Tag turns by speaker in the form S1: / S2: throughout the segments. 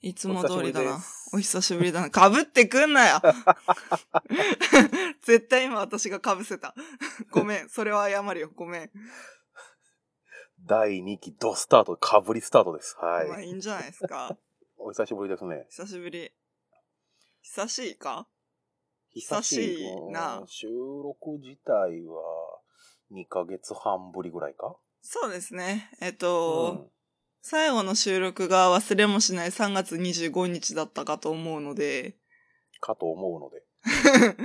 S1: いつも通りだ
S2: お久しぶりで
S1: な
S2: す。
S1: お久しぶりだな。かぶってくんなよ 絶対今私がかぶせた。ごめん。それは謝るよ。ごめん。
S2: 第2期ドスタート、かぶりスタートです。
S1: まあ
S2: はい。
S1: いいんじゃないですか。
S2: お久しぶりですね。
S1: 久しぶり。久しいか
S2: 久
S1: しいな
S2: もう収録自体は2ヶ月半ぶりぐらいか
S1: そうですね。えっ
S2: う
S1: と、
S2: ん。
S1: 最後の収録が忘れもしない3月25日だったかと思うので、
S2: かと思う ので。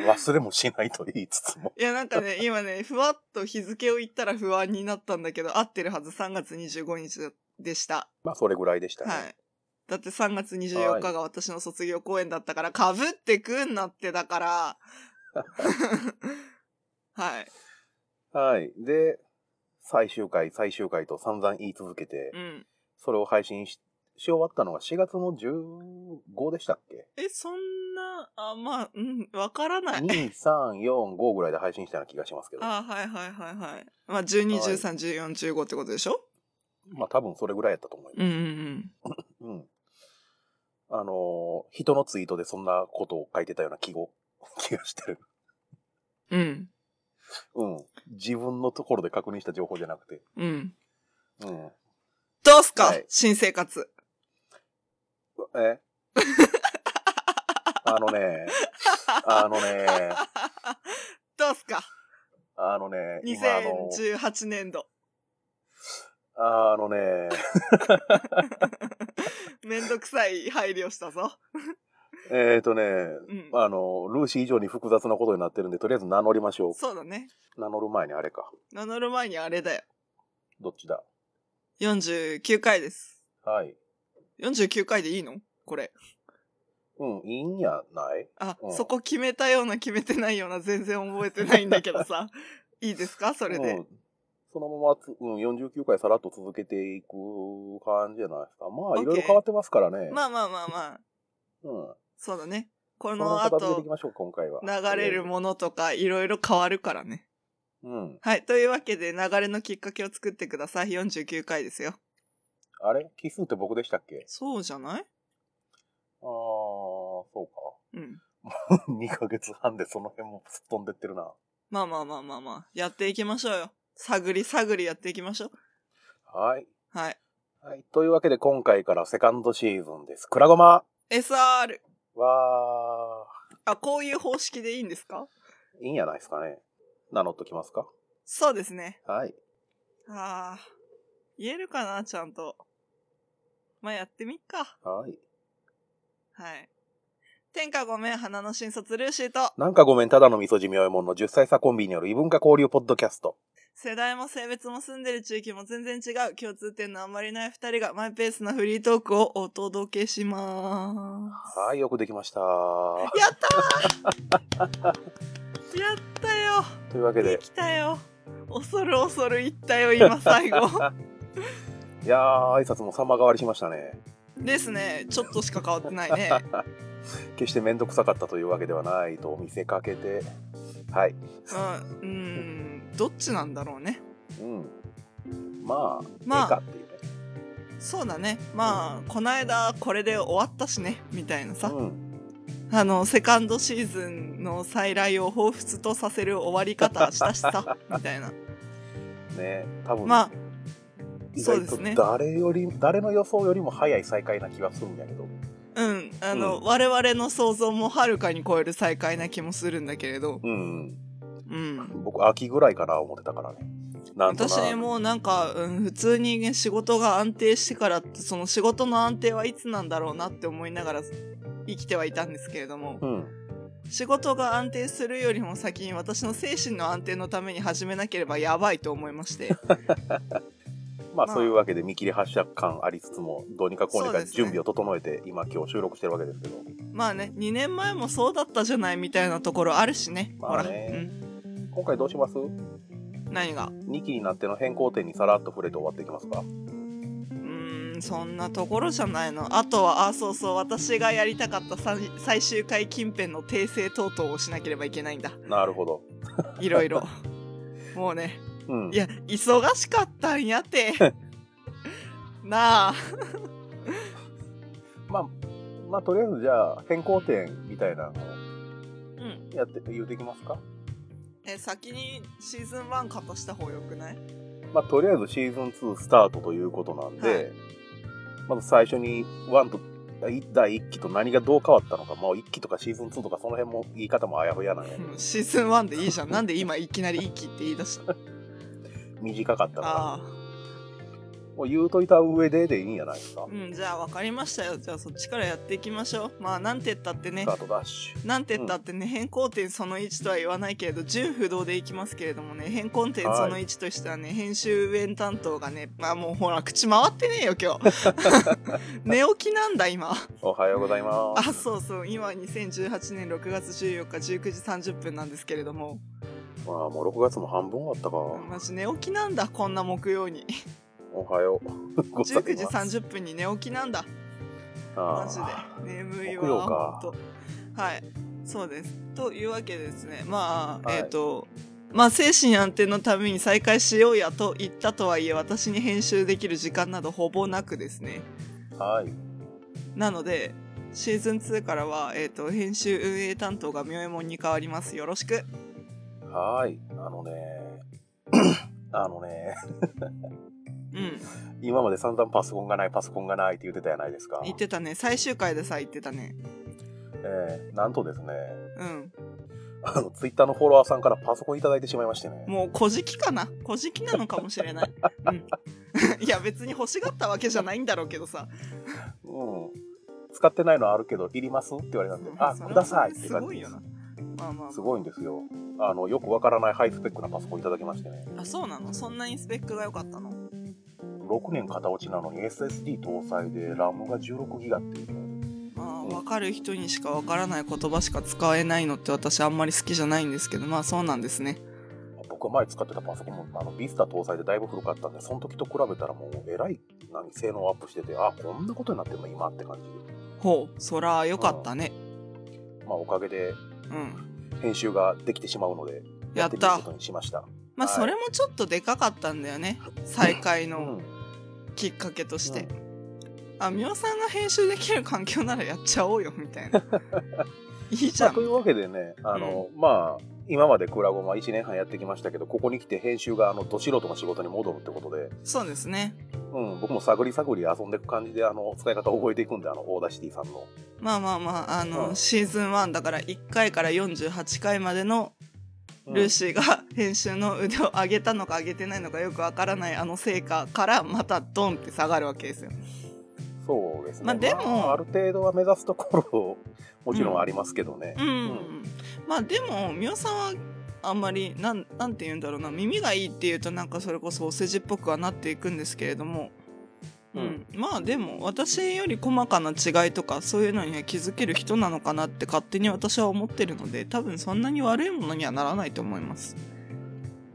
S2: 忘れもしないと言いつつも。
S1: いやなんか ね、今ね、ふわっと日付を言ったら不安になったんだけど、合ってるはず3月25日でした。
S2: まあ、それぐらいでしたね。
S1: はい。だって3月24日が私の卒業公演だったから、かぶってくんなってだから。 はい。
S2: はい。で、最終回、最終回と散々言い続けて、
S1: うん。
S2: それを配信しし終わったのが4月の15でしたっけ
S1: え、そんな、あ、まあ、うん、わからない。
S2: ?2、3、4、5ぐらいで配信したような気がしますけど。
S1: あはいはいはいはい。まあ、12、
S2: はい
S1: 13、14、15ってことでしょ
S2: まあ多分それぐらいやったと思いま
S1: う
S2: す。
S1: んうん
S2: うん。あのー人のツイートでそんなことを書いてたような気を、 気がしてる。
S1: うん。うん。
S2: うん。自分のところで確認した情報じゃなくて。
S1: うん。
S2: うん。
S1: どうすか、
S2: はい
S1: 新生活。
S2: え あのね、あのね、
S1: どうすか
S2: あのね、今あの、
S1: ?2018 年度。
S2: あのね、
S1: めんどくさい配慮したぞ。
S2: えっとね、
S1: うん。
S2: あの、ルーシー以上に複雑なことになってるんで、とりあえず名乗りましょ
S1: そうだね。
S2: う。名乗る前にあれか。
S1: 名乗る前にあれだよ。
S2: どっちだ
S1: 49回です。
S2: はい。
S1: 49回でいいのこれ。
S2: うん、いいんやない
S1: あ、
S2: うん
S1: そこ決めたような決めてないような全然覚えてないんだけどさ。 いいですかそれで。
S2: うん、そのままつ、うん、49回さらっと続けていく感じじゃないですか。まあ、
S1: OK
S2: いろいろ変わってますからね。
S1: まあまあまあまあ。
S2: うん。こ
S1: そうだね。こ
S2: の
S1: の
S2: 片付けて
S1: 後
S2: いき、ましょう、今回は。
S1: 流れるものとかいろいろ変わるからね。
S2: うん。
S1: はい。というわけで、流れのきっかけを作ってください。49回ですよ。
S2: あれ奇数って僕でしたっけ
S1: そうじゃない
S2: ああ、そう
S1: うん。
S2: か。2ヶ 月半でその辺もすっ飛んでってるな。
S1: まあまあまあまあまあ。やっていきましょうよ。探り探りやっていきましょう。
S2: はい。
S1: はい。
S2: はい。というわけで、今回からセカンドシーズンです。くらごま
S1: SR!
S2: は、
S1: あ、こういう方式でいいんですか
S2: いいんやないですかね。名乗っときますか
S1: そうですね。
S2: はい。
S1: ああ。言えるかなちゃんと。まあ、やってみっか。
S2: はい。
S1: はい。天下ごめん、花の新卒ルーシーと、
S2: なんかごめん、ただの味噌じみおえもんの10歳差コンビによる異文化交流ポッドキャスト。
S1: 世代も性別も住んでる地域も全然違う共通点のあんまりない二人がマイペースなフリートークをお届けしま
S2: はい、よくできました。と
S1: す。やった ーやったよ
S2: いうわけ
S1: で
S2: で、
S1: きたよ恐る恐る言ったよ、今最後。
S2: いやー、挨拶も様変わりしましたね。
S1: ですね、ちょっとしか変わってないね。
S2: 決して面倒くさかったというわけではないと見せかけて、はい、
S1: うん、うん、どっちなんだろうね。
S2: うん。まあ、
S1: まあ
S2: ええかっていうね。
S1: そうだね。まあ、こないだこれで終わったしね、みたいなさ。
S2: うん。
S1: あの、セカンドシーズンの再来を彷彿とさせる終わり方したしさ、 みたいな。
S2: ね、多分、
S1: まあ、
S2: 意
S1: そう
S2: 外
S1: です
S2: と
S1: ね
S2: 誰より、誰の予想よりも早い再開な気がするんだけど。
S1: うん、あの、
S2: うん
S1: 我々の想像もはるかに超える再会な気もするんだけれど、
S2: うん。
S1: うん。
S2: 僕、秋ぐらいかな思ってたからね。なんとなく。
S1: 私もうなんか、うん、普通にね仕事が安定してからって、その仕事の安定はいつなんだろうなって思いながら生きてはいたんですけれども
S2: う、ん。
S1: 仕事が安定するよりも先に私の精神の安定のために始めなければやばいと思いま して、
S2: まあ、
S1: まあ
S2: そういうわけで見切り発車感ありつつも、どうにかこうに
S1: そう
S2: か
S1: ですね
S2: 準備を整えて、今今日収録してるわけですけど。
S1: まあね、2年前もそうだったじゃないみたいなところあるしね。
S2: まあね今回どうします
S1: ほら、うん。何が
S2: ?2 期になっての変更点にさらっと触れて終わっていきますか
S1: うーん、そんなところじゃないの。あとは、あ、そうそう、私がやりたかったさ最終回近辺の訂正等々をしなければいけないんだ。
S2: なるほど。
S1: いろい ろ。もうね、
S2: うん。
S1: いや、忙しかった んやて。なあ、
S2: まあ、まあ、とりあえずじゃあ、変更点みたいなのを
S1: うん
S2: やって、言うてきますか
S1: え先にシーズン1語した方がよくない
S2: まあ、とりあえずシーズン2スタートということなんで、まず最初に1と、第1期と何がどう変わったのか、まあ、1期とかシーズン2とかその辺も言い方もあやふやなんやけど
S1: うんシーズン1でいいじゃ んなんで今いきなり「一気」って言い出した
S2: 短かったから、
S1: ああ
S2: もう言うといた上ででいいんじゃないですか。
S1: うんじゃあ分かりましたよじゃあそっちからやっていきましょうまあなんて言ったってね
S2: スタートダッシュ。
S1: なんて言ったってね、変更点その1とは言わないけれど純不動でいきますけれどもね変更点その1としてはね、編集上担当がねまあもうほら口回ってねえよ今 日寝起きなんだ今
S2: おはようございま
S1: あ
S2: す。
S1: そうそう今2018年6月14日19時30分なんですけれども
S2: まあ、もう6月も半分終わったか。
S1: マジ寝起きなんだこんな木曜に
S2: おはよう。ござい
S1: 19時
S2: ます
S1: 30分に寝起きなんだ
S2: あ
S1: マジ
S2: あ
S1: で眠い
S2: 木曜
S1: わ
S2: か
S1: ほんとはいそうですというわけでですねまあ、
S2: はい
S1: えっ、とまあ精神安定のために再開しようやと言ったとはいえ私に編集できる時間などほぼなくですね
S2: はい。
S1: なのでシーズン2からは、えっと編集運営担当が妙右衛門に変わりますよろしく
S2: はい。あのね、 あのね、
S1: うん
S2: 今まで散々パソコンがない、パソコンがないって言ってたじゃないですか。
S1: 言ってたね最終回でさ言ってたね
S2: ええなんとですね、
S1: うん
S2: あの、ツイッターのフォロワーさんからパソコンいただいてしまいましてね。
S1: もう小敷かな小敷なのかもしれない、うん、 いや別に欲しがったわけじゃないんだろうけどさ
S2: うん。使ってないのあるけど、いりますって言われたんで、あ、
S1: それは
S2: くださいって
S1: す
S2: 感
S1: ご
S2: じ
S1: い
S2: で
S1: よな
S2: す。
S1: まあまあ
S2: すごいんですよ。あの、よくわからないハイスペックなパソコンいただきましてね。
S1: あそうなのそんなにスペックが良かったの
S2: 6年型落ちなのに SSD 搭載で RAM が16ギガっていうね。
S1: まあ
S2: うん
S1: 分かる人にしか分からない言葉しか使えないのって私あんまり好きじゃないんですけどまあそうなんですね
S2: 僕は前使ってたパソコンもあのビスタ搭載でだいぶ古かったんでその時と比べたらもうえらい何性能アップしててあこんなことになってるの今って感じ
S1: ほうそら良かったね
S2: まあおかげで
S1: うん
S2: 編集ができてしまうので
S1: やっ
S2: ってみる
S1: た
S2: ことにしました
S1: まあ
S2: はい
S1: それもちょっとでかかったんだよね再開
S2: う
S1: の
S2: ん
S1: きっかけとして
S2: う
S1: あみおさんが編集できる環境ならやっちゃおうよみたい ないいじ
S2: ま
S1: ゃ
S2: あ、とい
S1: ん
S2: うわけでねあの、まあ今までクラゴマ1年半やってきましたけどここに来て編集があのど素人の仕事に戻るってことで、
S1: そうですね
S2: うん、僕も探り探り遊んでいく感じであの使い方を覚えていくんであのオーダーシティさんの
S1: まあまあまああの、
S2: うん
S1: シーズン1だから1回から48回までの
S2: うん
S1: ルーシーが編集の腕を上げたのか上げてないのかよくわからないあの成果からまたドンって下がるわけですよ。
S2: そうですね。
S1: まあでも
S2: あ、ある程度は目指すところ、もちろんありますけどね。
S1: うん、まあでもみおさんはあんまりなんなんて言うんだろうな耳がいいっていうとなんかそれこそお世辞っぽくはなっていくんですけれども、うんまあでも私より細かな違いとかそういうのには気づける人なのかなって勝手に私は思ってるので多分そんなに悪いものにはならないと思います。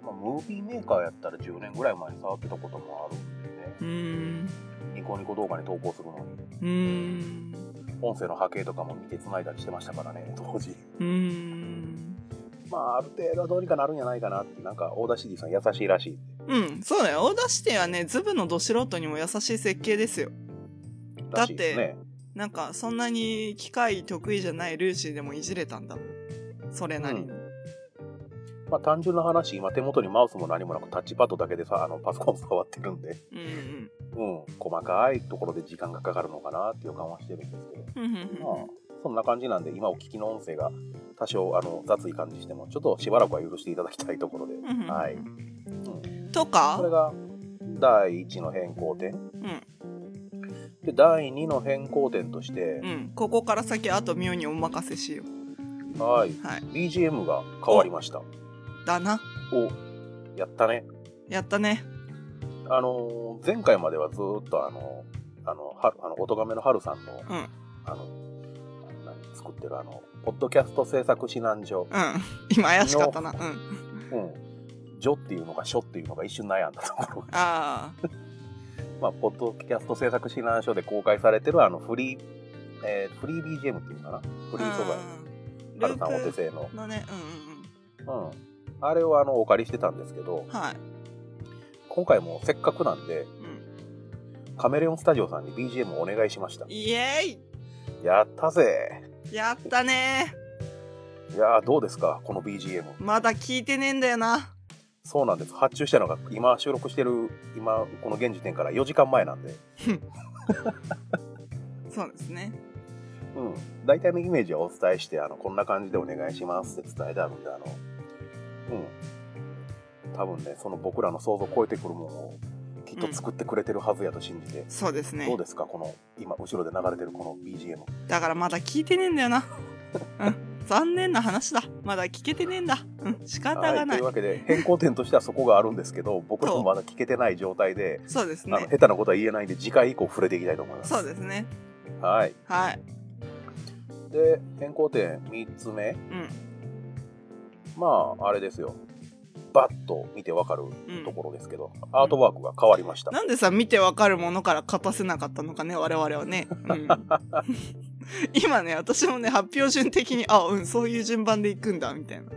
S2: まあ、ムービーメーカーやったら10年ぐらい前に触ってたこともあるんでね。
S1: うーん
S2: ニコニコ動画に投稿するのに、
S1: うーん
S2: 音声の波形とかも見て繋いだりしてましたか らね、当時。
S1: うーん
S2: まあ、ある程度はどうにかなるんじゃないかなって、なんか、オーダーシティさん優しいらしい。
S1: うん、そうだよ。オーダーシティはね、ズブのど素人にも優しい設計ですよ。
S2: らしいですね。
S1: なんか、そんなに機械得意じゃないルーシーでもいじれたんだもん。それなりに。
S2: まあ、単純な話、今手元にマウスも何もなくタッチパッドだけでさ、あの、パソコン触ってるんで、
S1: うんうん
S2: うん、細かいところで時間がかかるのかなっていう感はしてるんですけど。
S1: うんうんうん
S2: まあ、そんな感じなんで、今お聞きの音声が多少あの雑い感じしても、ちょっとしばらくは許していただきたいところで、
S1: うんうんうん
S2: はい。
S1: と
S2: これ
S1: か、
S2: が第1の変更点。
S1: うん
S2: で、第2の変更点として
S1: う、ん、ここから先あと妙にお任せしよ
S2: はい。
S1: う。はい。
S2: BGM が変わりました。お、
S1: だな。
S2: やったね。
S1: やったね。
S2: あのー前回まではずーっとあのあの、はあの、おとがめのはるさんの、
S1: うんうん。
S2: あの、何作ってるあの、ポッドキャスト制作指南所、
S1: 今怪しかったな。うん。
S2: うん。ジョっていうのか、ショっていうのか一瞬悩んだところが
S1: ああ。
S2: まあ、ポッドキャスト制作指南書で公開されてるあのフリー、えーフリー BGM っていうのかなフリー素材。
S1: うん
S2: ハ
S1: ル
S2: ルさんお手
S1: ー
S2: 製の
S1: プ。のね、うんうん
S2: うん。あれをあの、お借りしてたんですけど
S1: うん。、はい。
S2: 今回もせっかくなんで、
S1: うん、
S2: カメレオンスタジオさんに BGM をお願いしました。
S1: イエーイ
S2: やったぜ
S1: やったね
S2: いやーどうですかこの BGM
S1: まだ聞いてねえんだよな
S2: そうなんです発注したのが今収録してる今この現時点から4時間前なんで
S1: そうですね
S2: うん大体のイメージはお伝えしてあのこんな感じでお願いしますって伝えたのであのうん多分ねその僕らの想像を超えてくるものをきっと作ってくれてるはずやと信じて、
S1: そうですね
S2: どうですかこの今後ろで流れてるこの BGM
S1: だからまだ聞いてねえんだよな、うん、残念な話だまだ聞けてねえんだ、うん、仕方が
S2: は、
S1: ないい
S2: というわけで変更点としてはそこがあるんですけど僕らもまだ聞けてない状態で、
S1: そうです
S2: あの
S1: ね
S2: 下手なことは言えないんで次回以降触れていきたいと思います。
S1: そうですね
S2: はい、
S1: はい
S2: で変更点3つ目
S1: うん
S2: まああれですよバッと見てわかる
S1: うん
S2: ところですけど、アートワークが変わりました。
S1: なんでさ、見てわかるものから勝たせなかったのかね、我々はね。うん 今ね、私もね、発表順的に、あ、うん、そういう順番で行くんだ、みたいな。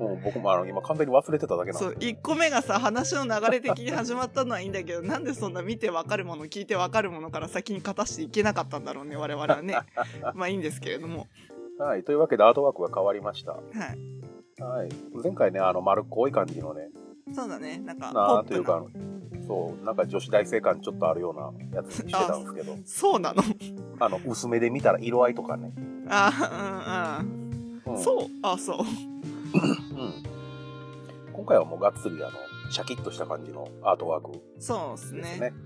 S2: うん、僕もあの今完全に忘れてただけなん
S1: そ
S2: で
S1: う、1個目がさ、話の流れ的に始まったのはいいんだけど、なんでそんな見てわかるもの、聞いてわかるものから先に勝たしていけなかったんだろうね、我々は ね。まあいいんですけれども。
S2: はい、というわけでアートワークが変わりました。
S1: はい。
S2: はい、前回ねあの丸っこい感じのね
S1: そうだね、なんか、
S2: な
S1: ポ
S2: あとい
S1: ップ
S2: うかあ
S1: な。
S2: のそうなんか女子大生感ちょっとあるようなやつにしてたんですけど
S1: そうなの。
S2: あの薄めで見たら色合いとかね、
S1: あ、うんうん。
S2: うん、
S1: そう、あ、そう。
S2: うん、今回はもうがっつりあのシャキッとした感じのアートワーク
S1: そうです
S2: ですね
S1: ね。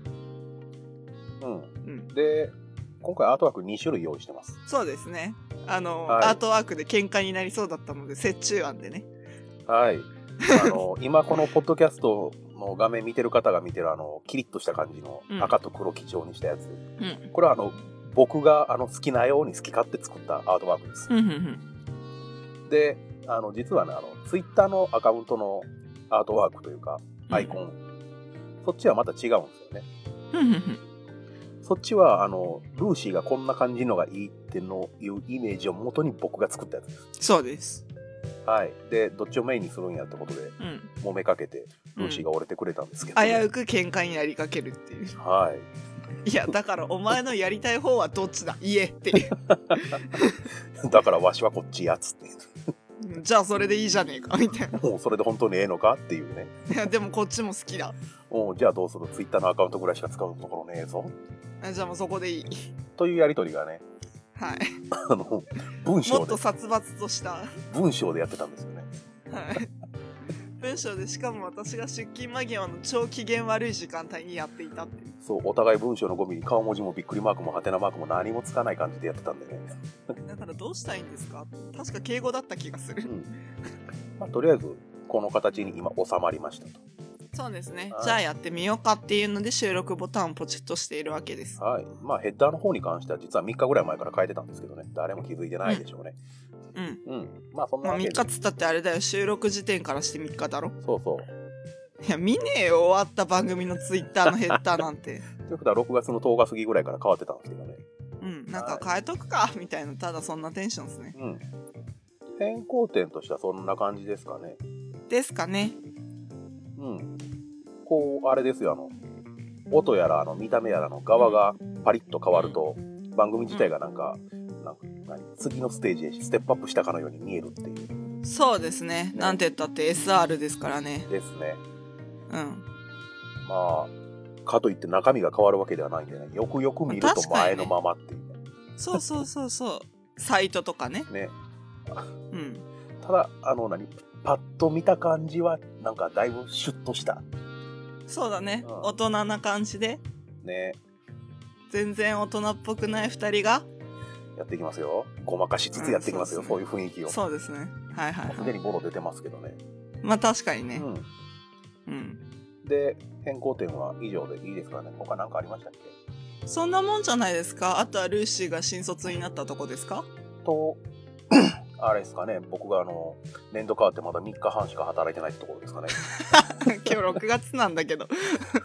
S2: うん
S1: うん
S2: で今回アートワーク2種類用意してます
S1: そうですね。あの、
S2: はい
S1: アートワークで喧嘩になりそうだったので、折衷案でね。
S2: はいあの今このポッドキャストの画面見てる方が見てるあのキリッとした感じの
S1: うん
S2: 赤と黒基調にしたやつ、
S1: うん。
S2: これはあの僕があの好きなように好き勝手作ったアートワークです、
S1: うんうん
S2: であの実はねあのツイッターのアカウントのアートワークというかアイコン、そっちはまた違うんですよね
S1: うん。うんうん
S2: そっちはあのルーシーがこんな感じのがいいってのいうイメージを元に僕が作ったやつです。
S1: そうです。
S2: はい、でどっちをメインにするんやってことで
S1: うん。
S2: 揉めかけて
S1: うん
S2: ルーシーが折れてくれたんですけど、
S1: 危うく喧嘩になりかけるっていう。
S2: はい、
S1: いや、だからお前のやりたい方はどっちだ言えっていう。
S2: だからわしはこっちやっつ って
S1: うんじゃあそれでいいじゃねえかみたいな。
S2: もうそれで本当にええのかっていうね
S1: いや、でもこっちも好きだ。
S2: おうじゃあどうするツイッターのアカウントぐらいしか使うところねえぞ
S1: あじゃあもうそこでいい。
S2: というやり取りがね
S1: はい。
S2: あの文
S1: も
S2: 章
S1: っ
S2: で
S1: と殺伐とした。は
S2: 文章でやってたんですよね
S1: い。文章でしかも私が出勤間際の超機嫌悪い時間帯にやっていたっていう。
S2: そうお互い文章のゴミに顔文字もびっくりマークもハテナマークも何もつかない感じでやってたんでね、
S1: だからどうしたいんですか確か敬語だった気がする
S2: う。んまあ、とりあえずこの形に今収まりましたと
S1: そうですね
S2: はい。
S1: じゃあやってみようかっていうので収録ボタンをポチッとしているわけです。
S2: はい。まあ、ヘッダーの方に関しては、実は3日ぐらい前から変えてたんですけどね。誰も気づいてないでしょうね。
S1: うん。
S2: うん。まあ、そん
S1: ま
S2: なわ
S1: あ
S2: けで
S1: 3日。っつったってあれだよ。収録時点からして3日だろ。
S2: そうそう。
S1: いや、見ねえよ。終わった番組のツイッターのヘッダーなん て。
S2: ということは、6月の10日過ぎぐらいから変わってたんですけどね。
S1: うん。なんか変えとくか。みたいな、ただそんなテンションですね。
S2: うん。変更点としてはそんな感じですかね。
S1: ですかね。
S2: うん。こう、あれですよ、あの、音やら、あの、見た目やらの側がパリッと変わると、番組自体がなんか、なんか何次のステージへステップアップしたかのように見えるっていう
S1: そうですね。なんて言ったって SR ですからね。
S2: ですね。
S1: うん。
S2: まあ、かといって中身が変わるわけではないんでね、よくよく見ると前のままっていうね。
S1: そうそうそうそう。サイトとかね。
S2: ね
S1: うん。
S2: ただあの何パッと見た感じはなんかだいぶシュッとした
S1: そうだね。
S2: うん
S1: 大人な感じで。
S2: ね
S1: 全然大人っぽくない2人が。
S2: やっていきますよごまかしつつやっていきますよ、
S1: うん
S2: そ
S1: そうう
S2: いう雰囲気を
S1: そうですね。はいはい
S2: もうす
S1: は
S2: で
S1: い。
S2: にボロ出てますけどね、
S1: まあ確かにね。
S2: う
S1: うん。
S2: ん、で変更点は以上でいいですかね他何かありましたっけ
S1: そんなもんじゃないですかあとはルーシーが新卒になったとこですか
S2: と あれですかね僕があの年度変わってまだ3日半しか働いてないってところですかね
S1: 今日6月なんだけど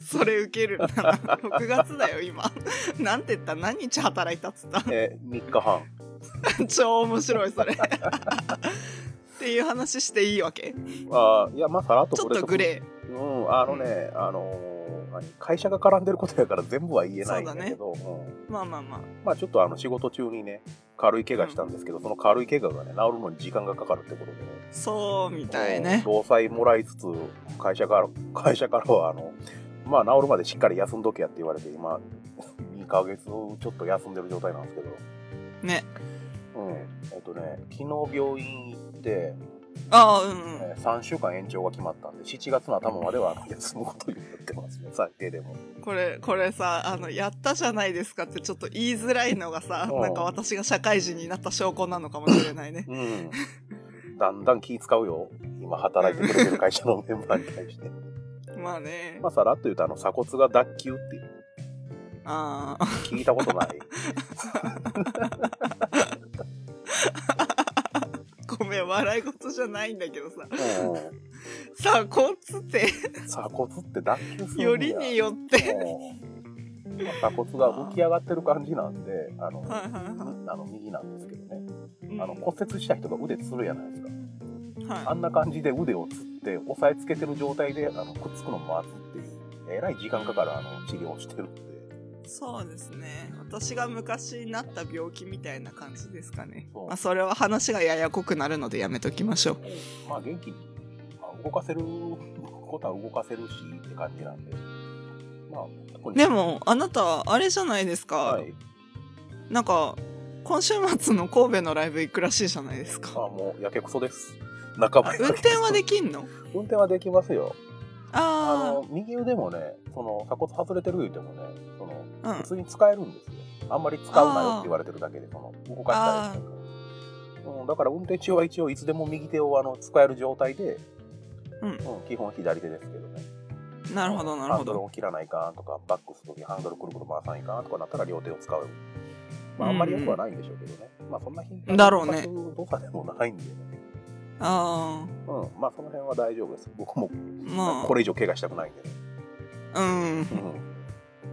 S1: それ受けるな6月だよ今なんて言った何日働いたっつった
S2: え3日半
S1: 超面白いそれ っていう話していいわけ
S2: あーいやまあさらっと
S1: ちょっ
S2: 触れ
S1: と
S2: とく
S1: グレ
S2: うんあのね、あの何会社が絡んでることやから全部は言えないんだけどうん
S1: まあまあまあ
S2: まあちょっとあの仕事中にね軽い怪我したんですけど、その軽い怪我がね治るのに時間がかかるってことでね
S1: そうみたいね
S2: 労災もらいつつ会社から会社からはあのまあ治るまでしっかり休んどけやって言われて今2ヶ月ちょっと休んでる状態なんですけど
S1: ね
S2: うんえっとね昨日病院行って、
S1: ああうんうん
S2: え3週間延長が決まったんで7月の頭まではあの休むことになってますね 最低でも
S1: これこれさあのやったじゃないですかってちょっと言いづらいのがさ
S2: うん
S1: なんか私が社会人になった証拠なのかもしれないね
S2: うんだんだん気使うよ今働いてくれてる会社のメンバーに対して
S1: まあね
S2: まあさらっと言うとあの鎖骨が脱臼っていう
S1: ああ
S2: 聞いたことない
S1: ごめん笑い事じゃないんだけどさ
S2: うん
S1: さあこっつって
S2: 鎖骨って脱臼するんや
S1: よりによって
S2: うんまあ鎖骨が浮き上がってる感じなんであの、
S1: はいはいは
S2: あの右なんですけどね
S1: い
S2: あの骨折した人が腕つるやないですか
S1: うんはい
S2: あんな感じで腕をつって押さえつけてる状態であのくっつくのを待つっていうえらい時間かかるあの治療をしてるって
S1: そうですね私が昔なった病気みたいな感じですかね
S2: そう
S1: まあ、それは話がややこくなるのでやめときましょう
S2: まあ元気に、まあ動かせることは動かせるしって感じなんでまあ特に
S1: でもあなたあれじゃないですか、
S2: はい
S1: なんか今週末の神戸のライブ行くらしいじゃないです
S2: あ
S1: か
S2: もうやけくそです仲間
S1: 運転はできんの
S2: 運転はできますよ
S1: あ
S2: あの右腕もねその鎖骨外れてる言うてもねその
S1: あう
S2: 普
S1: ん
S2: 通に使えるんですよあんまり使うなよって言われてるだけでその動かしたりとかうん、だから運転中は一応いつでも右手をあの使える状態で、
S1: うん
S2: 基本左手ですけどね
S1: なるほどなる
S2: ハ
S1: ほ
S2: ンドル
S1: ど
S2: を切らないかんとかバックする時ハンドルくるくる回さないかんとかなったら両手を使う、まあ、あんまりよくはないんでしょうけどね、まあそんな頻繁
S1: だろうね
S2: 動作でもないんでね
S1: あ
S2: うんまあその辺は大丈夫です僕も
S1: あま
S2: これ以上怪我したくないんでね、
S1: あうん
S2: うん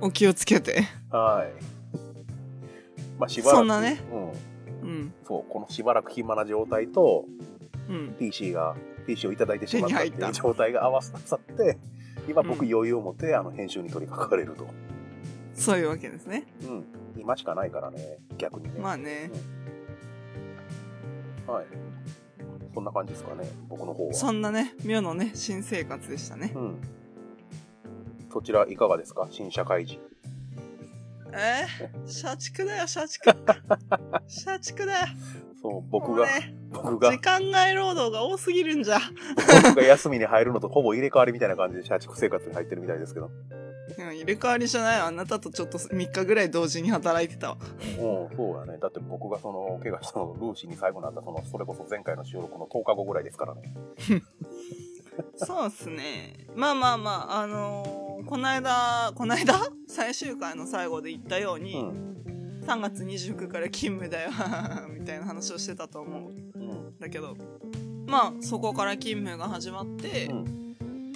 S1: お気をつけて
S2: はい。まあしばらく
S1: そんなね
S2: うん、
S1: うん
S2: そうこのしばらく暇な状態と
S1: うん
S2: TC が TC をいただいてしまったってい
S1: 手に入
S2: う
S1: った
S2: 状態が合わさって今僕
S1: うん
S2: 余裕を持って、あの編集に取り掛かれると、
S1: そういうわけですね
S2: うん、今しかないからね逆にね、
S1: まあね
S2: はいそんな感じですかね僕の方は
S1: そんなね妙のね新生活でしたね
S2: うんそちらいかがですか新社会人
S1: えー、社畜だよ社 畜社畜だよ
S2: そう僕
S1: もう
S2: が、
S1: ね
S2: 僕が
S1: 時間外労働が多すぎるんじゃ
S2: 僕が休みに入るのとほぼ入れ替わりみたいな感じで社畜生活に入ってるみたいですけど
S1: うん入れ替わりじゃないわあなたとちょっと3日ぐらい同時に働いてたわ
S2: うん、そうやね。だって僕がその、怪我したの、ルーシーに最後になった、その、それこそ前回の収録の10日後ぐらいですからね。
S1: そうっすねまあまあまああのーこの間この間 最終回の最後で言ったよう
S2: う
S1: に、
S2: ん。
S1: 3月29から勤務だよ みたいな話をしてたと思うん
S2: うん。
S1: だけどまあそこから勤務が始まって、
S2: う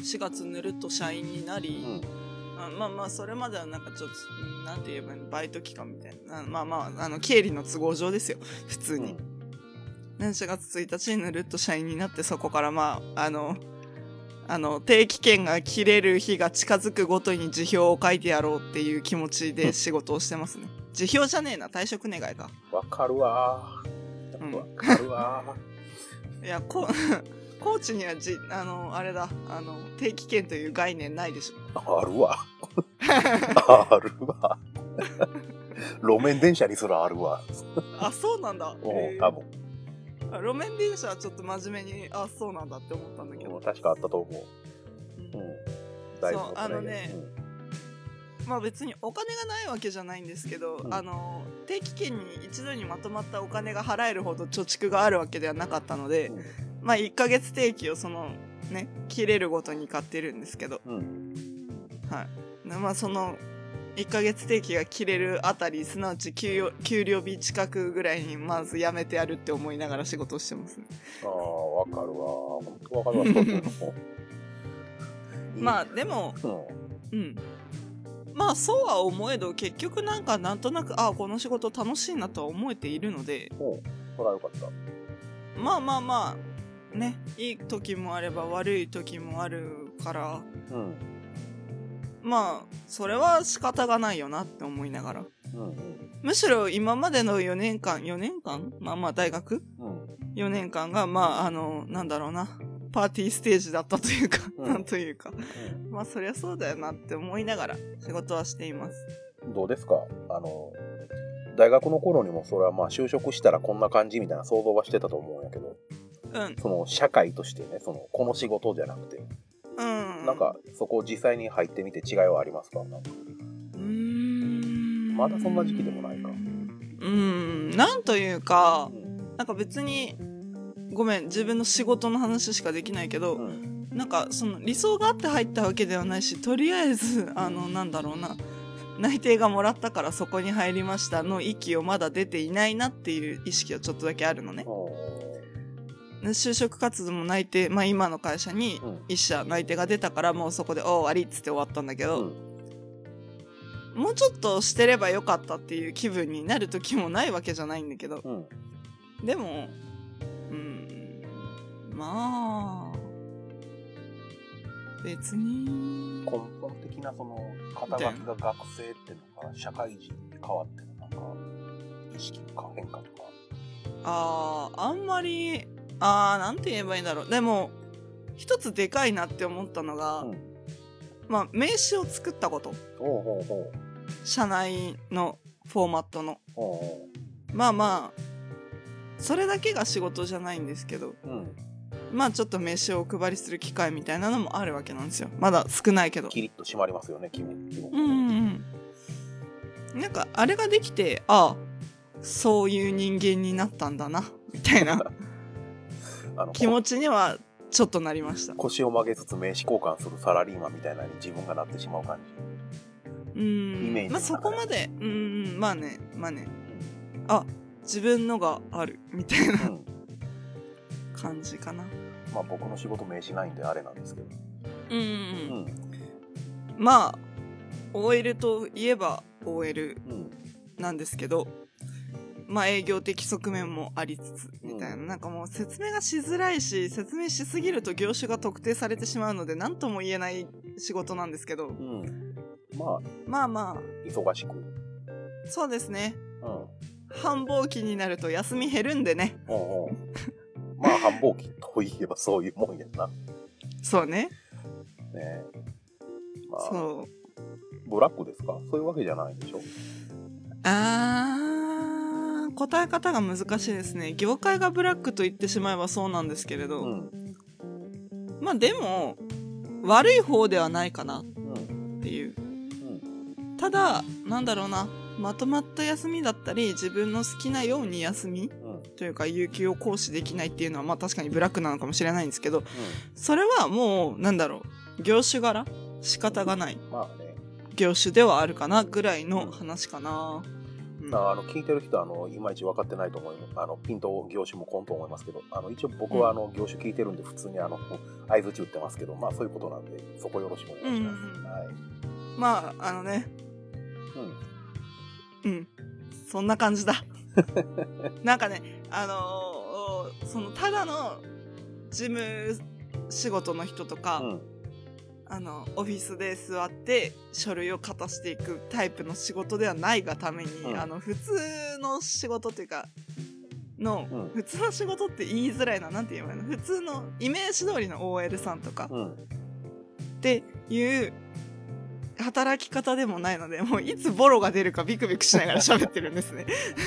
S1: 4月ぬるっと社員にな
S2: う
S1: り、
S2: ん。
S1: あまあまあそれまではなんかちょっとうんなんて言えばいいのバイト期間みたいなあまあまああの経理の都合上ですよ普通に、ね4月1日にぬるっと社員になってそこからまああのあの定期券が切れる日が近づくごとに辞表を書いてやろうっていう気持ちで仕事をしてますね辞表じゃねえな退職願いか
S2: わかるわ
S1: う
S2: ー。
S1: ん
S2: わかるわー。
S1: いやこ コーチにはじあのあれだあの定期券という概念ないでしょ
S2: あ るわ。あるわ。路面電車にすらあるわ。
S1: あそうなんだ、
S2: うん、
S1: へえ
S2: 多分。
S1: あ路面電車はちょっと真面目にあそうなんだって思ったんだけ
S2: でも
S1: ど、
S2: 確かあったと思う。
S1: う
S2: うんん。だいぶ
S1: そうあのねまあ別にお金がないわけじゃないんですけど、
S2: うん
S1: あの定期券に一度にまとまったお金が払えるほど貯蓄があるわけではなかったので、
S2: うん
S1: まあ1ヶ月定期をそのね切れるごとに買ってるんですけど、
S2: うん。
S1: はいなまあその1ヶ月定期が切れるあたりすなわち給与給料日近くぐらいにまずやめてやるって思いながら仕事をしてますね、
S2: ああ、わかるわー。本当わかるわ、そういうのも。
S1: ま
S2: あ、
S1: あでも
S2: うん。
S1: うん、まあそうは思えど結局なんかなんとなくあこの仕事楽しいなとは思えているので
S2: うん。そらよかった。
S1: まあまあまあねいい時もあれば悪い時もあるから
S2: うん。
S1: まあそれは仕方がないよなって思いながら
S2: うん
S1: むしろ今までの4年間4年間まあまあ大学
S2: うんうん
S1: 4年間がまああのなんだろうなパーティーステージだったというか、
S2: うん
S1: なんというか
S2: う
S1: まあそりゃそうだよなって思いながら仕事はしています
S2: んどうですかあの大学の頃にもそれはまあ就職したらこんな感じみたいな想像はしてたと思うんやけど
S1: うん
S2: その社会としてねそのこの仕事じゃなくて
S1: うん
S2: なんかそこを実際に入ってみて違いはありますかなんか
S1: うーん
S2: まだそんな時期でもないか
S1: うんなんというか
S2: うん
S1: なんか別にごめん自分の仕事の話しかできないけど、
S2: うん
S1: なんかその理想があって入ったわけではないしとりあえず あのなんだろうな内定がもらったからそこに入りましたの域をまだ出ていないなっていう意識はちょっとだけあるのねで就職活動も内定、まあ、今の会社に
S2: うん
S1: 一社内定が出たからもうそこで「お終わり」っつって終わったんだけ
S2: う
S1: ど、
S2: ん
S1: もうちょっとしてればよかったっていう気分になる時もないわけじゃないんだけど
S2: うん
S1: でも、うん、まあ、別に
S2: 根、本的なその肩書きが学生ってのから社会人って変わってのなんか意識の変化とか
S1: ああ、あんまり、ああ、なんて言えばいいんだろう。でも、一つでかいなって思ったのが、
S2: うん
S1: まあ、名刺を作ったこと。
S2: ほうほうほう
S1: 社内のフォーマットの。
S2: ほ
S1: まあまあ、それだけが仕事じゃないんですけど、
S2: ううん
S1: まあちょっと名刺をお配りする機会みたいなのもあるわけなんですよ。まだ少ないけど。
S2: キリッと締まりますよね気分気分
S1: うんうんうんなんかあれができてああそういう人間になったんだなみた いな
S2: あの
S1: 気持ちにはちょっとなりました
S2: 腰を曲げつつ名刺交換するサラリーマンみたいなのに自分がなってしまう感
S1: う
S2: メー
S1: ん
S2: ジ
S1: まあそこまでうんうんまあねまあねあ自分のがあるみ たいな
S2: じ、うん、
S1: 感じかな
S2: まあ僕の仕事名刺ないんであれなんですけど、
S1: うん、うん
S2: う
S1: うん、
S2: ん
S1: まあ OL といえば OL
S2: うん、
S1: なんですけどまあ営業的側面もありつつみたいな、
S2: うん
S1: なんかもう説明がしづらいし説明しすぎると業種が特定されてしまうので何とも言えない仕事なんですけど
S2: うん、まあ
S1: まあまあ
S2: 忙しく、うん、
S1: そうですね
S2: お
S1: 繁忙期になると休み減るんでね
S2: うお うまあ繁忙期といえばそういうもんやなね
S1: そうね
S2: えまあ
S1: そう
S2: ブラックですかそういうわけじゃないでしょ
S1: あー答え方が難しいですね業界がブラックと言ってしまえばそうなんですけれど、
S2: うん
S1: まあでも悪い方ではないかな
S2: うん
S1: っていう
S2: うん
S1: ただなんだろうなまとまった休みだったり自分の好きなように休み
S2: うんうん
S1: というか有給を行使できないっていうのはまあ確かにブラックなのかもしれないんですけどそれはもうなんだろう業種柄仕方がない
S2: まあね
S1: 業種ではあるかなぐらいの話かな、うん
S2: なあの聞いてる人はあのいまいち分かってないと思いますあのピント業種もこんと思いますけどあの一応僕はあの業種聞いてるんで普通にあの相槌打ってますけどまあそういうことなんでそこよろしくお願いします、
S1: うんうんうん
S2: はい、
S1: まああのね
S2: うん、
S1: うんそんな感じ だなんかねあのーそのただの事務仕事の人とか、
S2: うん
S1: あのオフィスで座って書類をかたしていくタイプの仕事ではないがために、
S2: うん
S1: あの普通の仕事というかの、
S2: うん
S1: 普通の仕事って言いづらいななんて言えばいいの普通のイメージ通りの OL さんとか
S2: うん
S1: っていう働き方でもないのでもういつボロが出るかビクビクしながら喋ってるんですね。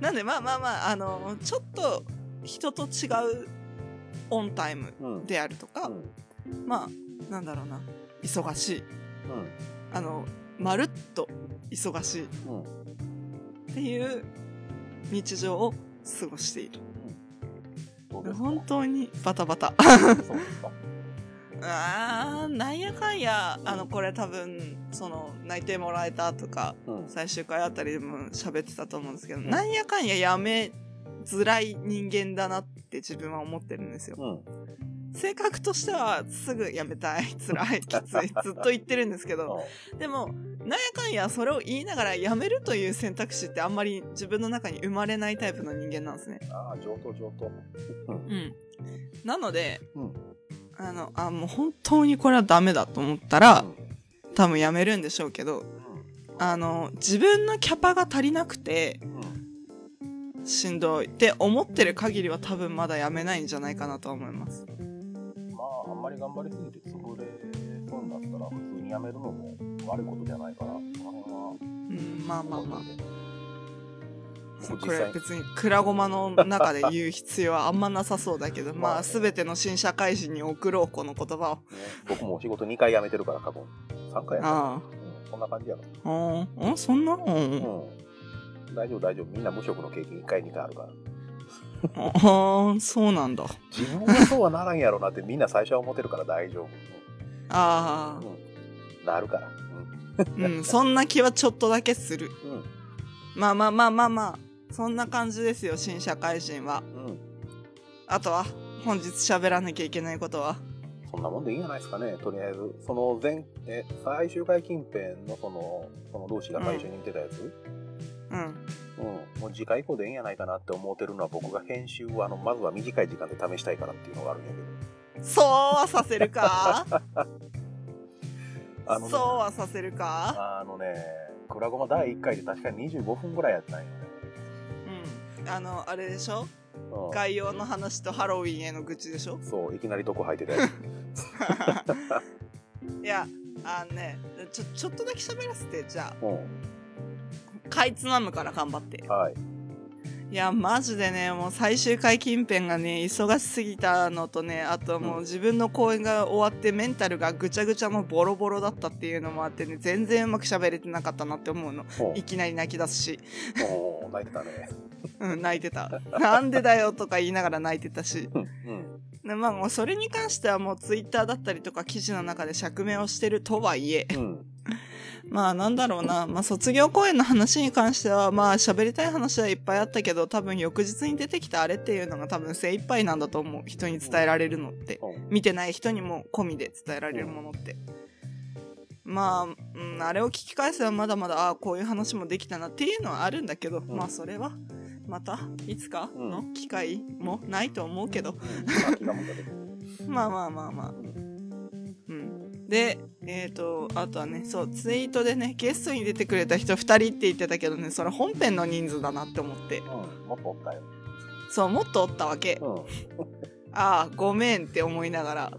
S1: なんでまあまあまああのちょっと人と違うオンタイム
S2: うん
S1: であるとか、
S2: うん
S1: まあなんだろうな忙しい
S2: うん
S1: あのまるっと忙しいっ
S2: うん
S1: ていう日常を過ごしている
S2: どうですか
S1: 本当にバタバタ
S2: そうですか
S1: あーなんやかんやあのこれ多分その内定もらえたとか
S2: うん
S1: 最終回あたりでも喋ってたと思うんですけどなんやかんややめづらい人間だなって自分は思ってるんですよ
S2: うん
S1: 性格としてはすぐやめたい辛いきついずっと言ってるんですけどでもなんやかんやそれを言いながらやめるという選択肢ってあんまり自分の中に生まれないタイプの人間なんですね。
S2: ああ上等上等うん
S1: うん、なので、
S2: うん
S1: あのあもう本当にこれはダメだと思ったら、
S2: うん
S1: 多分やめるんでしょうけどあの自分のキャパが足りなくて
S2: うんうん
S1: しんどいって思ってる限りは多分まだやめないんじゃないかなとは思います
S2: まああんまり頑張りすぎて潰れそうになったら普通にやめるのも悪いことじゃないからその辺は
S1: うんまあまあまあ
S2: そう
S1: これは
S2: 実
S1: 別
S2: 際
S1: にクラゴマの中で言う必要はあんまなさそうだけど
S2: ま
S1: ま
S2: あ
S1: あ全ての新社会人に送ろうこの言葉を
S2: ね僕もお仕事2回辞めてるから過去3回やめ
S1: あ
S2: てるうんそんな感じやろ
S1: あうんうんそんなうん
S2: うん大丈夫大丈夫みんな無職の経験1回2回あるから
S1: ああそうなんだ
S2: 自分はそうはならんやろなってみんな最初は思ってるから大丈夫
S1: あ
S2: うんなるからうん
S1: あうんそんな気はちょっとだけする
S2: うん
S1: まあまあまあまあまあそんな感じですよ新社会人は
S2: うん
S1: あとは本日喋らなきゃいけないことは
S2: そんなもんでいいんじゃないですかねとりあえずその前え最終回近辺のそのその同士が最初に言ってたやつ、
S1: うん
S2: うんもう次回以降でいいんやないかなって思ってるのは僕が編集をあのまずは短い時間で試したいからっていうのがあるんやけど
S1: そうはさせるか
S2: あのね
S1: そうはさせるか
S2: あのねクラゴマ第1回で確か25分ぐらいやったんよね
S1: うんあのあれでしょ
S2: うん
S1: 概要の話とハロウィンへの愚痴でしょ
S2: そういきなり毒吐いてたやつ
S1: いやあのねちょちょっとだけ喋らせてじゃ
S2: うん
S1: あかいつまむから頑張って
S2: はい
S1: いやマジでねもう最終回近辺がね忙しすぎたのとねあとも
S2: う
S1: う
S2: ん
S1: 自分の公演が終わってメンタルがぐちゃぐちゃもうボロボロだったっていうのもあってね全然うまく喋れてなかったなって思うの
S2: おう
S1: いきなり泣き出すし、
S2: おう泣いてたね
S1: うん、泣いてた なんでだよとか言いながら泣いてたし
S2: うんうん
S1: でまあもうそれに関してはもうツイッターだったりとか記事の中で釈明をしてるとはいえ
S2: うん
S1: まあなんだろうな、まあ、卒業公演の話に関してはまあ喋りたい話はいっぱいあったけど多分翌日に出てきたあれっていうのが多分精一杯なんだと思う人に伝えられるのって
S2: うん
S1: 見てない人にも込みで伝えられるものって。まあ、うん、あれを聞き返せばまだまだああこういう話もできたなっていうのはあるんだけど、
S2: ん
S1: まあそれはまたいつか
S2: う
S1: の機会もないと思うけど、
S2: まあ気が向いた時
S1: まあまあまあまあ。うん。で、えっ、と、あとはね、そう、ツイートでね、ゲストに出てくれた人2人って言ってたけどね、それ本編の人数だなって思って。
S2: うんもっとおったよ
S1: そう、もっとおったわけ。
S2: うん
S1: ああ、ごめんって思いなが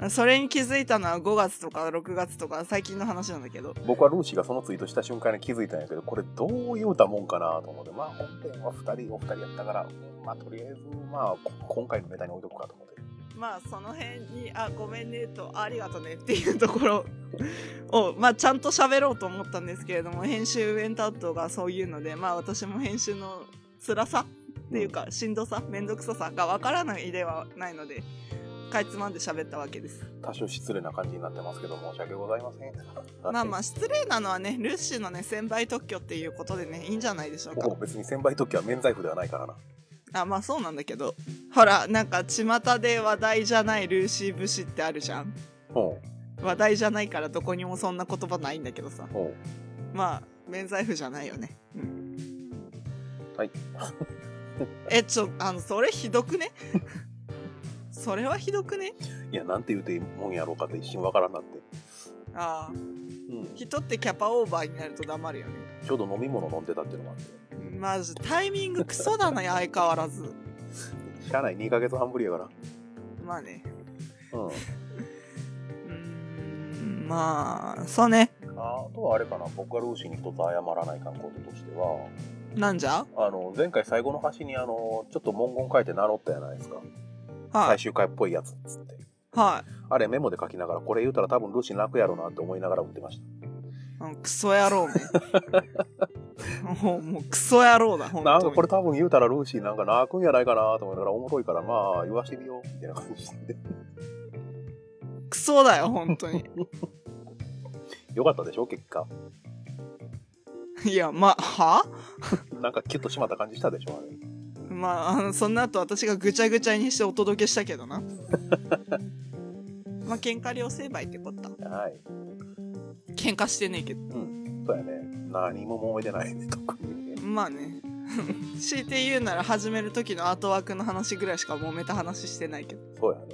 S1: ら。 それに気づいたのは5月とか6月とか最近の話なんだけど。
S2: 僕はルーシーがそのツイートした瞬間に気づいたんやけどこれどう言うたもんかなと思ってまあ本編は2人お二人やったからまあとりあえずまあこ今回のネタに置いとくかと思って
S1: まあ、その辺に、あ、ごめんねと、あありがとねっていうところ を、まあ、ちゃんと喋ろうと思ったんですけれども、編集エンタートがそういうので、まあ、私も編集の辛さっていうか、しんどさ、めんどくささがわからないではないので、かいつまんで喋ったわけです。
S2: 多少失礼な感じになってますけど申し訳ございません
S1: まあ まあ、失礼なのはね、ルッシーのね、専売特許っていうことでね、いいんじゃないでしょうか
S2: も。う別に専売特許は免罪符ではないからな
S1: あまあそうなんだけどほらなんか巷で話題じゃないルーシー節ってあるじゃん
S2: ほ
S1: 話題じゃないからどこにもそんな言葉ないんだけどさ
S2: うほ
S1: まあ免罪符じゃないよねうん
S2: うはい
S1: えちょあのそれひどくね それはひどくね
S2: いやなんて言うていいもんやろうかって一瞬わからんなって、
S1: ああ
S2: うん、
S1: 人ってキャパオーバーになると黙るよね
S2: ちょうど飲み物飲んでたっていうのもあって
S1: マジタイミングクソだな相変わらず
S2: 社内2ヶ月半ぶりやから
S1: まあね
S2: うん
S1: うーんまあそうね
S2: あとはあれかな僕がルーシーに一つ謝らないかんこととしては
S1: なんじゃ
S2: あの前回最後の端にあのちょっと文言書いて名乗ったじゃないですか、
S1: は
S2: 最
S1: い
S2: 終回っぽいやつっつって
S1: はい
S2: あれメモで書きながらこれ言うたら多分ルーシー泣くやろうなって思いながら打ってまし
S1: うんクソ野郎め もうもうクソ野郎だ
S2: た
S1: 本当
S2: な
S1: に
S2: んかこれ多分言うたらルーシーなんか泣くんやないかなと思いながらおもろいからまあ言わしてみようみたいな感じで
S1: クソだよ本当に
S2: よかったでしょ結果
S1: いやまあは
S2: なんかキュッと締まった感じしたでしょあれ
S1: まああのそんな後私がぐちゃぐちゃにしてお届けしたけど なまあ喧嘩両成敗ってことだ
S2: はい
S1: 喧嘩してねえけど
S2: そうやね何も揉めてないね特にね
S1: まあね 強いて言うなら始める時の後枠の話ぐらいしか揉めた話してないけど、
S2: そうやね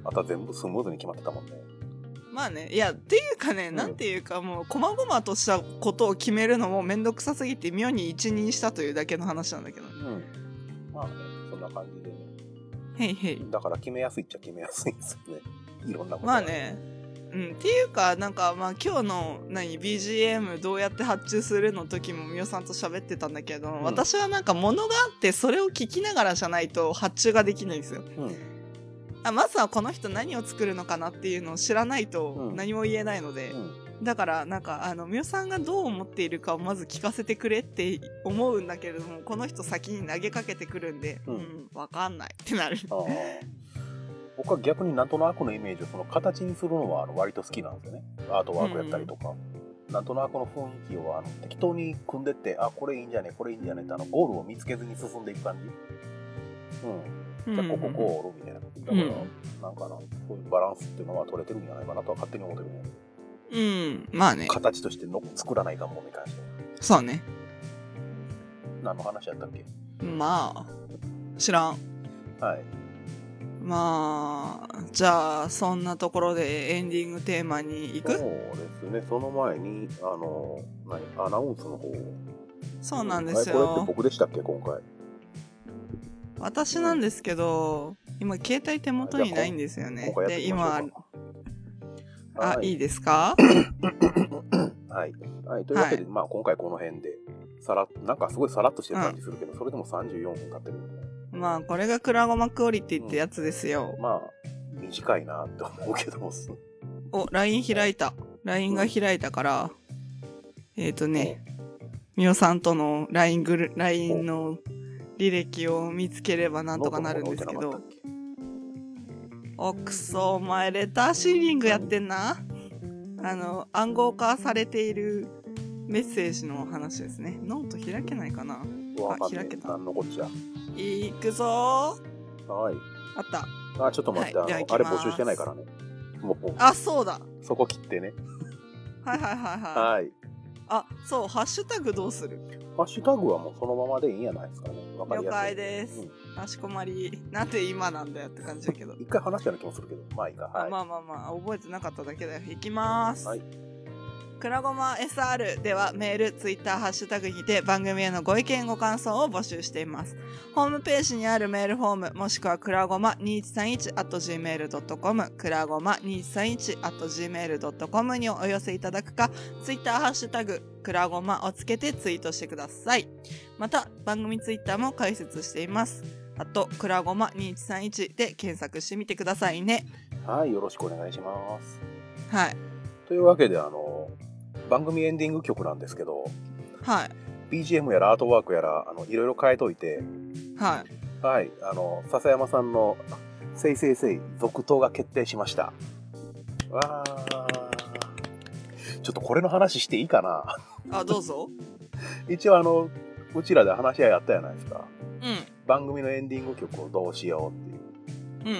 S1: うん、
S2: あとは全部スムーズに決まってたもんね
S1: まあねいやっていうかね、
S2: ん
S1: なんていうかもう細々としたことを決めるのも面倒くさすぎて妙に一任したというだけの話なんだけどね
S2: うん。まあね、そんな感じでね。
S1: へいへい
S2: だから決めやすいっちゃ決めやすいんですよね。いろんなことが
S1: まあ。ねうん、っていうかなんかまあ今日の何 BGM どうやって発注するの時もみおさんと喋ってたんだけど、
S2: ん
S1: 私はなんか物があってそれを聞きながらじゃないと発注ができないんですよ
S2: うん。
S1: あまずはこの人何を作るのかなっていうのを知らないと
S2: うん
S1: 何も言えないので、
S2: うん
S1: だからなんかあのみおさんがどう思っているかをまず聞かせてくれって思うんだけれどもこの人先に投げかけてくるんで、う
S2: うんん
S1: わかんないってなる
S2: あー僕は逆になんとなくのイメージをその形にするのはあの割と好きなんですよね。アートワークやったりとか。なんとなくの雰囲気をあの適当に組んでって、あ、これいいんじゃね、これいいんじゃねってあのゴールを見つけずに進んでいく感じ。うん。じゃあここゴールみたいな。だか
S1: う
S2: ら、
S1: ん
S2: なんかな、そういうバランスっていうのは取れてるんじゃないかなとは勝手に思ってるね。
S1: うん、うん、まあね
S2: 形としての作らないかもに関して。
S1: そうね
S2: 何の話やったっけ
S1: まあ知らん
S2: はい。
S1: まあじゃあそんなところでエンディングテーマに行
S2: そう
S1: く
S2: ですね、その前に、あの、何、アナウンスの方
S1: そうなんです
S2: あれこれっ
S1: よ
S2: て僕でしたっけ、今回。
S1: 私なんですけど今携帯手元にないんですよね
S2: 今回やって
S1: で
S2: いき
S1: 今
S2: ましょうか。
S1: あ
S2: はい
S1: いいですか
S2: はい。はい。というわけで、まあ今回この辺で、さら、なんかすごいさらっとしてる感じするけど、それでも34分経ってるんでね、
S1: まあこれがクラゴマクオリティってやつですよ、
S2: まあ、短いなって思うけども、
S1: お LINE 開いた LINE が開いたからえっ、とねみおさんとの LINE グル LINE の履歴を見つければなんとかなるんですけ
S2: ノートの方
S1: ど
S2: に置いて
S1: おくそお前レターシーリングやってんなあの暗号化されているメッセージの話ですねノート開けないかな
S2: なかったっけわかん
S1: あ
S2: な
S1: 開け
S2: い。
S1: た
S2: なんのこっちゃ。
S1: いくぞ
S2: はい。
S1: あった
S2: あ、ちょっと待って、
S1: はいじ
S2: あの
S1: ゃあ
S2: あ
S1: 行
S2: れ
S1: きます
S2: 募集してないからね。もう、
S1: あそうだ
S2: そこ切ってね。
S1: はいはいはいはい、
S2: はい。
S1: あそうハッシュタグどうする
S2: ハッシュタグはもうそのままでいいんじゃないですかね。わかり
S1: 了
S2: やすい。
S1: 解です
S2: うん
S1: かしこまりなんで今なんだよって感じだけど、
S2: 一回話したような気もするけど、まあいいか。はい。
S1: まあまあまあ覚えてなかっただけだよいきます、
S2: はい
S1: くらごま SR ではメール、ツイッター、ハッシュタグにて番組へのご意見、ご感想を募集しています。ホームページにあるメールフォーム、もしくはくらごま 2131-gmail.com、くらごま 2131-gmail.com にお寄せいただくか、ツイッター、ハッシュタグ、くらごまをつけてツイートしてください。また、番組ツイッターも開設しています。あと、くらごま2131で検索してみてくださいね。
S2: はい、よろしくお願いします。
S1: はい。
S2: というわけで、あの、番組エンディング曲なんですけど、
S1: はい。
S2: BGM やらアートワークやら、あの、いろいろ変えといて、
S1: はい。
S2: はい、あの、笹山さんの、せいせいせい、続投が決定しました。わー。ちょっとこれの話していいかな
S1: あ、どうぞ。
S2: 一応あの、うちらで話し合いあったじゃないですか。
S1: う
S2: 番組のエンディング曲をどうしようっていう。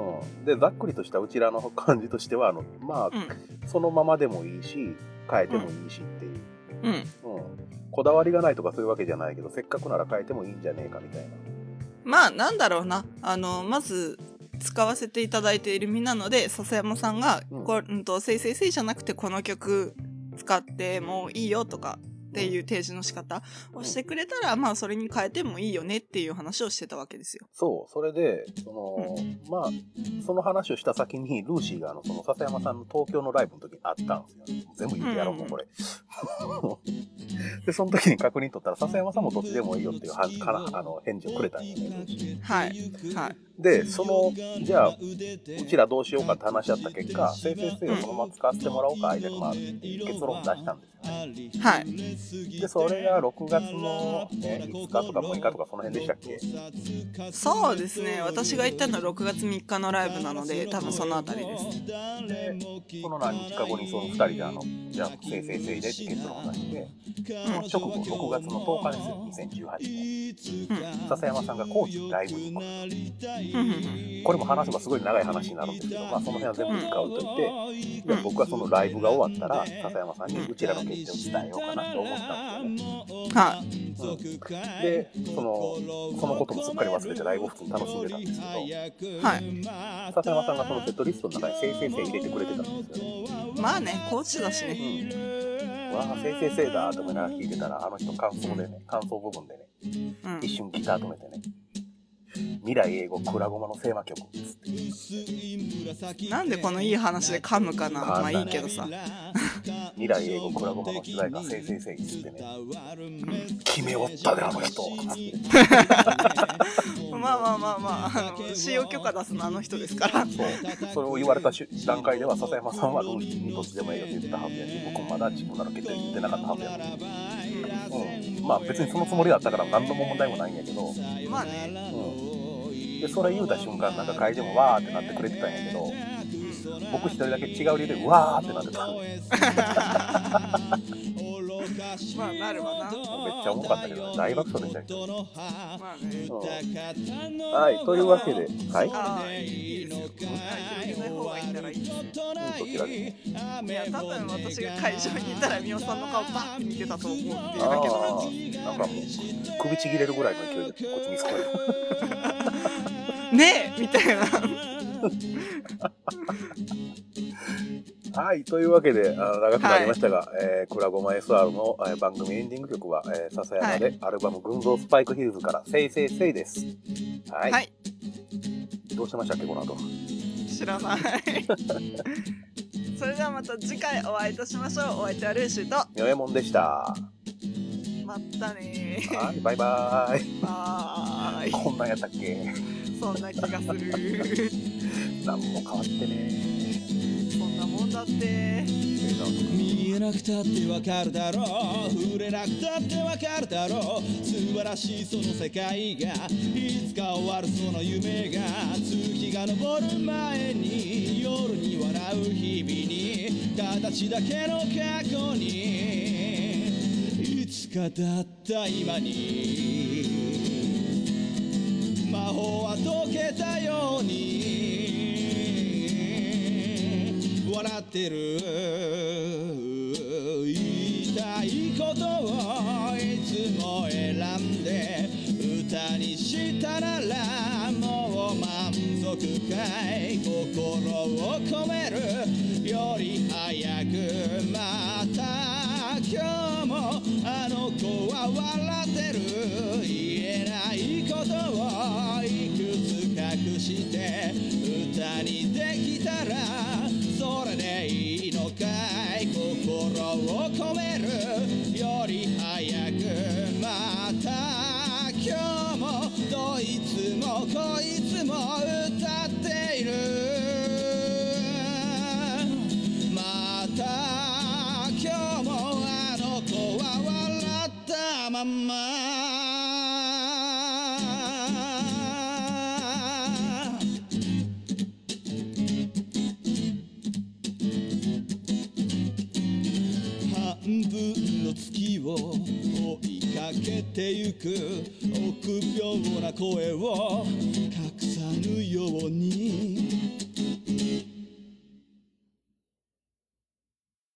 S1: ん。うん。
S2: うん、でざっくりとしたうちらの感じとしてはあのまあ、そのままでもいいし変えてもいいしっていう、
S1: うん。
S2: うんこだわりがないとかそういうわけじゃないけどせっかくなら変えてもいいんじゃねえかみたいな
S1: まあ、なんだろうな。あの、まず、使わせていただいている身なので、笹山さんが、
S2: うん
S1: こうんと、せいせいせいじゃなくて、この曲使ってもいいよとかっていう提示の仕方をしてくれたら、まあ、それに変えてもいいよねっていう話をしてたわけですよ。
S2: そうそれでその、まあその話をした先にルーシーがあのその笹山さんの東京のライブの時にあったんですよ、ね、全部言ってやろうもうこれ、 でその時に確認取ったら笹山さんもどっちでもいいよっていうはからあの返事をくれたんよねルーシー
S1: はい。はい。
S2: でそのじゃあうちらどうしようかって話し合った結果生成性をそのまま使ってもらおうかアイデアもあるっていう結論を出したんですよね
S1: はい。
S2: でそれが6月の、ね、5日とか6日とかその辺でしたっけ
S1: そうですね。私が行ったのは6月3日のライブなので、多分そのあたりです。
S2: でその何日か後にその2人であのじゃあ生成性でって結論を出してその直後6月の10日ですよ2018年笹山さんが高知にライブに来る
S1: うんうんうん。
S2: これも話せばすごい長い話になるんですけど、まあ、その辺は全部使うといて、で僕はそのライブが終わったら笹山さんにうちらの決定を伝えようかなと思ったんですよね。
S1: はい。
S2: うんでそのそのこともすっかり忘れてライブを普通に楽しんでたんですけど、
S1: はい
S2: 笹山さんがそのセットリストの中に「せいせいせい」入れてくれてたんですよね。
S1: まあねコーチだしね
S2: うん、わあせいせいせいだと思いながら聴いてたらあの人感想でね感想部分でね
S1: うん
S2: 一瞬ギター止めてね「未来英語クラゴマのテーマ曲」っつって
S1: なんでこのいい話で噛むかなまあいいけど さ
S2: 「未来英語クラゴマの主題歌せいせいせい」っつってね「決めおったであの人」とかっつって
S1: まあまあまあまああの使用許可出すのあの人ですから
S2: そうそれを言われたし段階では笹山さんはどっちにどっちでもいいよって言ったはずやし僕まだ自分なら決定言ってなかったはずやしうん、まあ別にそのつもりだったから何の問題もないんやけど、
S1: まあね
S2: うん、でそれ言うた瞬間なんか会場もわーってなってくれてたんやけど僕一人だけ違う理由でわーってなってためっ
S1: まあなるわな
S2: ちゃ重かったけどね大爆笑でしたけど、
S1: まあね
S2: うん、はいというわけではい
S1: ああいいですよ広げない方がいいならいいですね
S2: うんどちらでも
S1: いや多分私が会場にいたらみおさんの顔バッて見てたと思う っていうだけ
S2: あ
S1: だから
S2: ーなんかもう首ちぎれるぐらいの勢いでこっち見つか る
S1: ねえみたいな
S2: はい、というわけで、あの長くなりましたが、えー、クラゴマ SR の、えー番組エンディング曲は、えー、笹山で、アルバム、群像スパイクヒルズから、せいせいせいです。は。
S1: はいい、
S2: どうしてましたっけ、この後。
S1: 知らないそれではまた次回お会いいたしましょうお相手はルーシーと
S2: よえもんでした。は
S1: まったね ー
S2: い、バイバーイ。
S1: バー
S2: こんなんやったっけ
S1: イそんな気がする
S2: なんも変わってね
S1: そんなもんだって
S3: 見えなくたってわかるだろう触れなくたってわかるだろう素晴らしいその世界がいつか終わるその夢が月が昇る前に夜に笑う日々に形だけの過去にいつかだった今に魔法は解けたように笑ってる言いたいことをいつも選んで歌にしたならもう満足かい心を込めるより早くまた今日もあの子は笑ってる言えないことをいくつ隠して歌にできたらそれでいいのかい心を込めるより早くまた今日もどいつもこいつも歌っているまた今日もあの子は笑ったまま半分の月を追いかけてゆく臆病な声を隠さぬように